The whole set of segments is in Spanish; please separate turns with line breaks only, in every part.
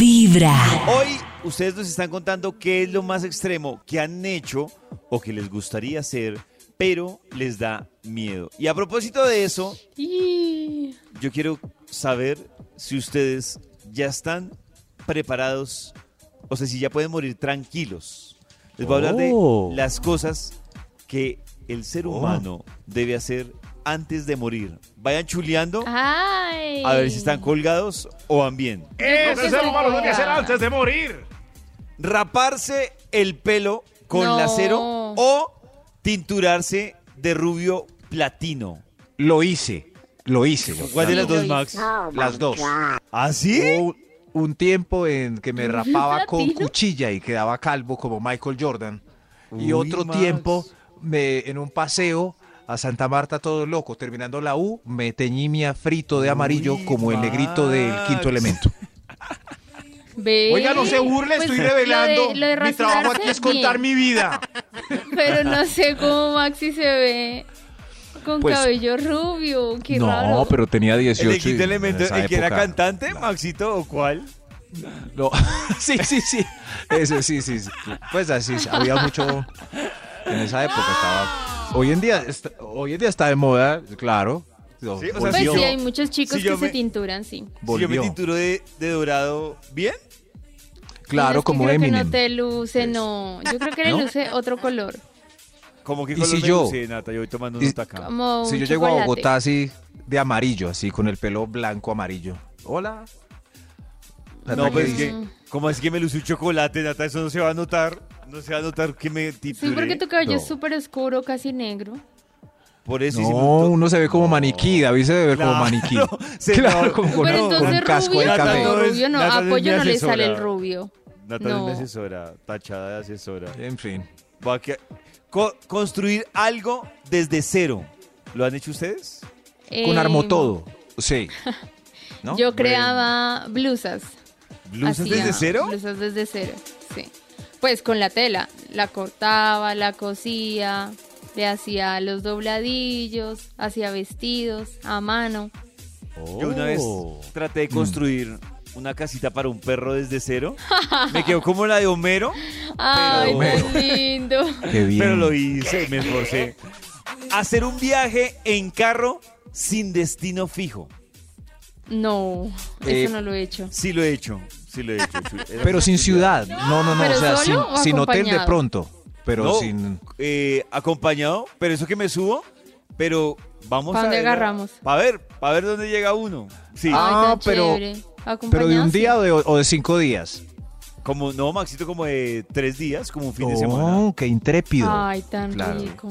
Vibra.
Hoy ustedes nos están contando qué es lo más extremo que han hecho o que les gustaría hacer, pero les da miedo. Y a propósito de eso,
Y-
yo quiero saber si ustedes ya están preparados, o sea, si ya pueden morir tranquilos. Les voy a hablar
Oh.
de las cosas que el ser humano debe hacer antes de morir. Vayan chuleando
Ay.
a ver si están colgados o van bien.
Ese es el humano lo que hacer antes
de morir.
raparse el pelo con
No.
lacero o tinturarse de rubio platino.
Lo hice, lo hice. güey.
¿Cuál de las
Las
dos, Max?
dos. Oh, Las dos.
¿Ah, sí?
Hubo un- un tiempo en que me rapaba con
¿Platino?
cuchilla y quedaba calvo como Michael Jordan.
Uy,
Y otro
Max.
tiempo me, en un paseo a Santa Marta todo loco, terminando la U, me teñí mi afrito de amarillo
Uy,
como el negrito del
Max.
quinto elemento.
Ve.
Oiga, no se burle,
Pues,
estoy
lo de-
revelando.
lo de
mi trabajo
rasurarse,
aquí es contar
bien.
mi vida.
Pero no sé cómo Maxi se ve con
Pues-
cabello rubio. Qué
no,
raro.
pero tenía
¿El
18.
de quinto
y-
elemento,
oh, en esa
el que era
época-
cantante, Maxito, o cuál?
No, sí, sí, sí. Eso, sí, sí, sí. Pues así, había mucho. En esa época estaba. Hoy en día está, hoy en día está de moda, claro.
Sí, o sea,
Pues
si yo-
sí, hay muchos chicos
si yo
que se
me-
tinturan, sí.
Si yo me
volvió.
tinturo de, de dorado, ¿bien?
Pero
claro,
es que
como
creo Que
Eminem. Pues,
no te luce, no. Yo creo que le
¿No?
luce otro color.
Como que
¿Y
color
si
me
yo?
luce, Nata, yo voy tomando
Y-
nota acá.
Como
Si
un
yo llego a
chocolate.
Bogotá así de amarillo, así con el pelo blanco amarillo. Hola.
No, pero es
dice?
que, como es que me luce un chocolate, Nata, eso no se va a notar. No se va a notar que me tinturé.
Sí, porque tu cabello
No.
es súper oscuro, casi negro.
Por eso hicimos
No,
to-
uno se ve como maniquí, David se debe ver
Claro,
como maniquí.
se- no,
claro, como con,
Pero
no,
con
entonces
un casco
rubio,
de
Nata,
café.
no,
no es-
rubio no,
Nata
a
es mi
Pollo no le
asesora.
sale el rubio.
Nata es
No.
mi asesora, tachada de asesora.
En fin.
Va a que- co- construir algo desde cero. ¿Lo han hecho ustedes?
Con
Eh,
armotodo. Sí. ¿no?
Yo creaba blusas.
¿Blusas
Hacía
desde cero?
Blusas desde cero, sí. Pues con la tela. La cortaba, la cosía, le hacía los dobladillos, hacía vestidos a mano.
Yo una vez traté de construir una casita para un perro desde cero. Me quedó como la de Homero,
¡Ay,
Homero.
tan lindo!
Qué bien.
pero lo hice, me esforcé. Hacer un viaje en carro sin destino fijo.
No,
Eh,
eso no lo he hecho.
Sí lo he hecho, sí lo he hecho. sí. Era
Pero sin ciudad. No, no, no.
¿Pero
o sea,
solo
sin,
o
sin hotel de
acompañado?
pronto. Pero
No,
sin.
eh, acompañado, pero eso que me subo, pero vamos
¿Pa'
a
dónde
ver,
agarramos?
Para ver, para ver dónde llega uno. Sí.
Ah,
Ay, tan
pero-
chévere.
Pero de
Acompañado,
un
sí.
día o de, o de cinco días.
Como, no, Maxito, como de tres días, como un fin de
Oh,
semana.
qué intrépido.
Ay, tan
Claro.
rico.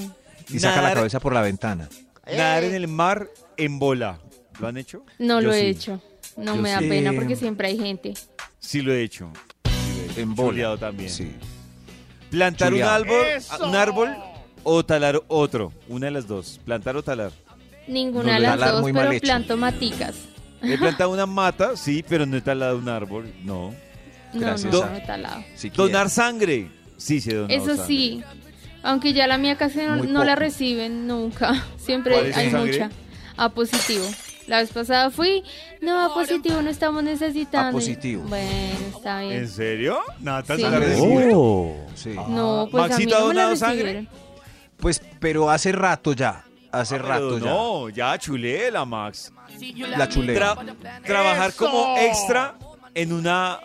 Y saca
Nadar-
la cabeza por la ventana.
Eh.
Nadar en el mar en bola. ¿Lo han hecho?
No
Yo
lo he
sí.
hecho. No
Yo
me da
sí.
pena porque
Eh,
siempre hay gente.
Sí lo he hecho.
En
Chuleado
bola.
también.
Sí.
Plantar un
Chuleado.
árbol, un árbol o talar otro. Una de las dos. Plantar o talar.
Ninguna
No,
de
lo-
las
talar
dos,
muy mal
pero
hecho.
planto maticas.
He plantado una mata, sí, pero no he talado un árbol. No.
No,
Gracias,
no,
Ana.
no, he talado.
Si
Donar
quieres.
sangre. Sí, sí, he donado
Eso
sangre.
sí, aunque ya la mía casi no,
Muy
no la
poco.
reciben nunca. Siempre
¿Cuál es
hay
tu sangre?
mucha. A positivo. La vez pasada fui, no, a positivo no estamos necesitando.
A positivo.
Bueno, está bien.
¿En serio? Nata,
Sí.
sangre
Oh.
libre.
Sí.
Ah.
No, pues
Maxito
a
ha
mí no me la
donado sangre.
recibieron.
Pues, pero hace rato ya. Hace
Ah, Pero
rato ya.
No, ya chulé la Max.
La chulea.
Tra- trabajar como extra en una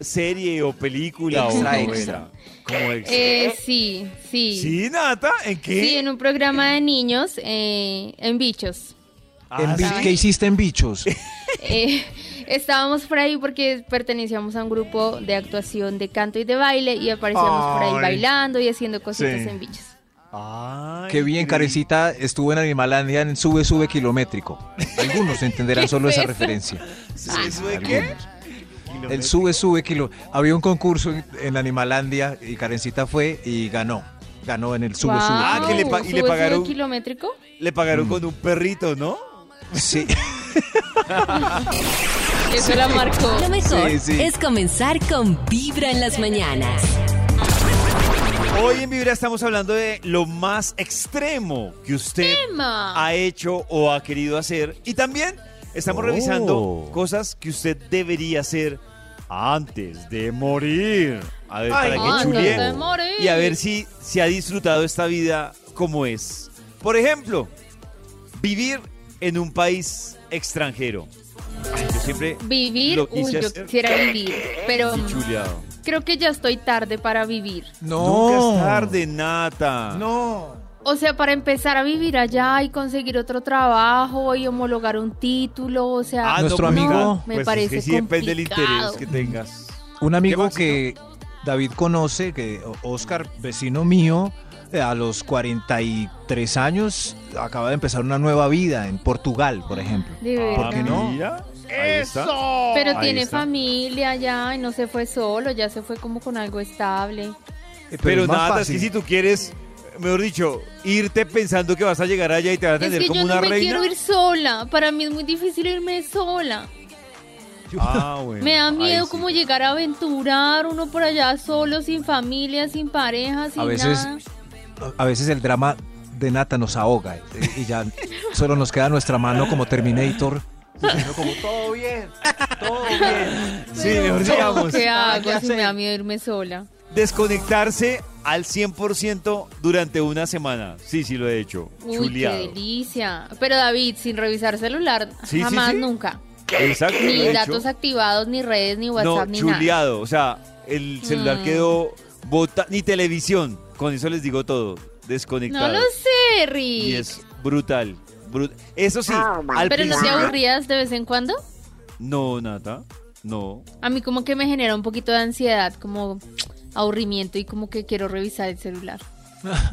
serie o película
Extra,
o novela.
extra.
Como extra.
Eh, sí, sí.
sí, Nata, ¿en qué?
Sí, en un programa de niños, eh, en bichos.
Ah,
En
sí.
bi- ¿Qué hiciste en bichos?
Eh, estábamos por ahí porque pertenecíamos a un grupo de actuación de canto y de baile y aparecíamos por ahí
Ay.
bailando y haciendo cositas
Sí.
en bichos.
Ay,
Qué bien,
increíble.
Karencita estuvo en Animalandia en Sube, Sube Kilométrico. Algunos entenderán
¿Qué
solo
es
esa
eso?
referencia. Sí,
¿Eso de qué?
algunos. El Sube, Sube Kilo. Había un concurso en- en Animalandia y Karencita fue y ganó. Ganó en el Sube,
Guau,
Sube.
Ah, que le pa- y le
¿sube, sube
pagaron-
kilométrico?
Le
Mm.
pagaron con un perrito, ¿no?
Sí.
Eso la marcó.
Lo mejor
Sí, sí.
es comenzar con Vibra en las mañanas.
Hoy en Vibra estamos hablando de lo más extremo que usted
Emma.
ha hecho o ha querido hacer. Y también estamos
Oh.
revisando cosas que usted debería hacer antes de morir. A ver,
Ay,
para que
antes
chulien.
de morir.
Y a ver si se ha disfrutado esta vida como es. Por ejemplo, vivir en un país extranjero. Ay, yo siempre
Vivir,
Lo
uy,
quise
yo
hacer.
quisiera vivir, pero
he
mm,
chuleado.
creo que ya estoy tarde para vivir.
No.
Nunca es tarde, Nata.
No.
O sea, para empezar a vivir allá y conseguir otro trabajo y homologar un título, o sea,
Ah,
Nuestro
pues
amigo-
no,
Me
pues es
parece
que sí depende del interés
complicado.
que tengas.
Un
¿Qué
amigo
más,
que David conoce, que o- Oscar, vecino mío, eh, a los 43 años acaba de empezar una nueva vida en Portugal, por ejemplo.
de
¿por
Ah,
verdad.
qué no?
Mira, ahí está.
Pero
Ahí
tiene
está.
familia ya y no se fue solo, ya se fue como con algo estable.
Eh,
Pero
es más
nada, es
fácil.
que si tú quieres, mejor dicho, irte pensando que vas a llegar allá y te vas a
Es
tener
que
como
yo no
una
me
reina.
quiero ir sola, para mí es muy difícil irme sola.
Ah, bueno,
Me da
ahí
miedo
sí.
como llegar a aventurar uno por allá solo, sin familia, sin pareja, sin
A veces,
nada.
a veces el drama de Nata nos ahoga eh, y ya solo nos queda nuestra mano como Terminator.
Sí, mejor digamos.
¿Qué hago si me da miedo irme sola?
Desconectarse al 100% durante una semana. Sí, sí lo he hecho.
Uy, qué
Chuleado.
delicia. Pero David, sin revisar celular,
Sí, sí,
jamás,
sí.
nunca.
Exacto. lo
Ni
he
datos
hecho.
activados, ni redes, ni WhatsApp,
No,
ni nada.
chuleado. O sea, el celular
Mm.
quedó bota ni televisión. Con eso les digo todo.
No
Desconectado.
lo sé, Rick.
Y es brutal. brut- Eso sí, al
Pero no te
principio-
aburrías de vez en cuando?
No, Nata. No.
A mí como que me genera un poquito de ansiedad, como aburrimiento y como que quiero revisar el celular.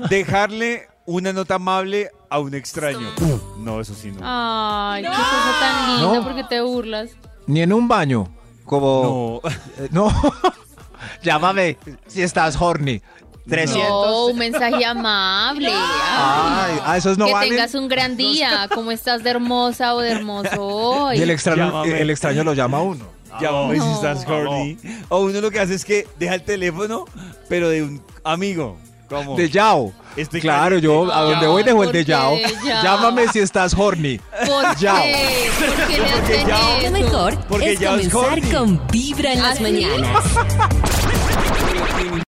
Dejarle una nota amable a un extraño. No, eso sí
Ah,
no.
Ay, qué cosa tan linda,
No.
porque te burlas.
Ni en un baño. Como.
No.
eh, No. Llámame si estás horny. 300.
No, un mensaje amable. Ah.
Ay, a esos Pues no
que
valen.
tengas un gran día, como estás de hermosa o de hermoso hoy.
Y el extraño,
Llámame.
el extraño lo llama a uno.
Ya vamos, si
No.
estás horny. O uno lo que hace es que deja el teléfono, pero de un amigo. Como,
De Yao.
Estoy
claro,
caliente.
yo a donde
Ay,
voy dejo el
¿por
de
qué
Yao.
de Yao?
Llámame si estás horny.
¿Por qué?
Yao.
¿Por qué le hacen
Yao-
Lo
eso?
mejor
Porque
es
ya es
comenzar
horny.
con Vibra en las
¿Ah, sí?
mañanas.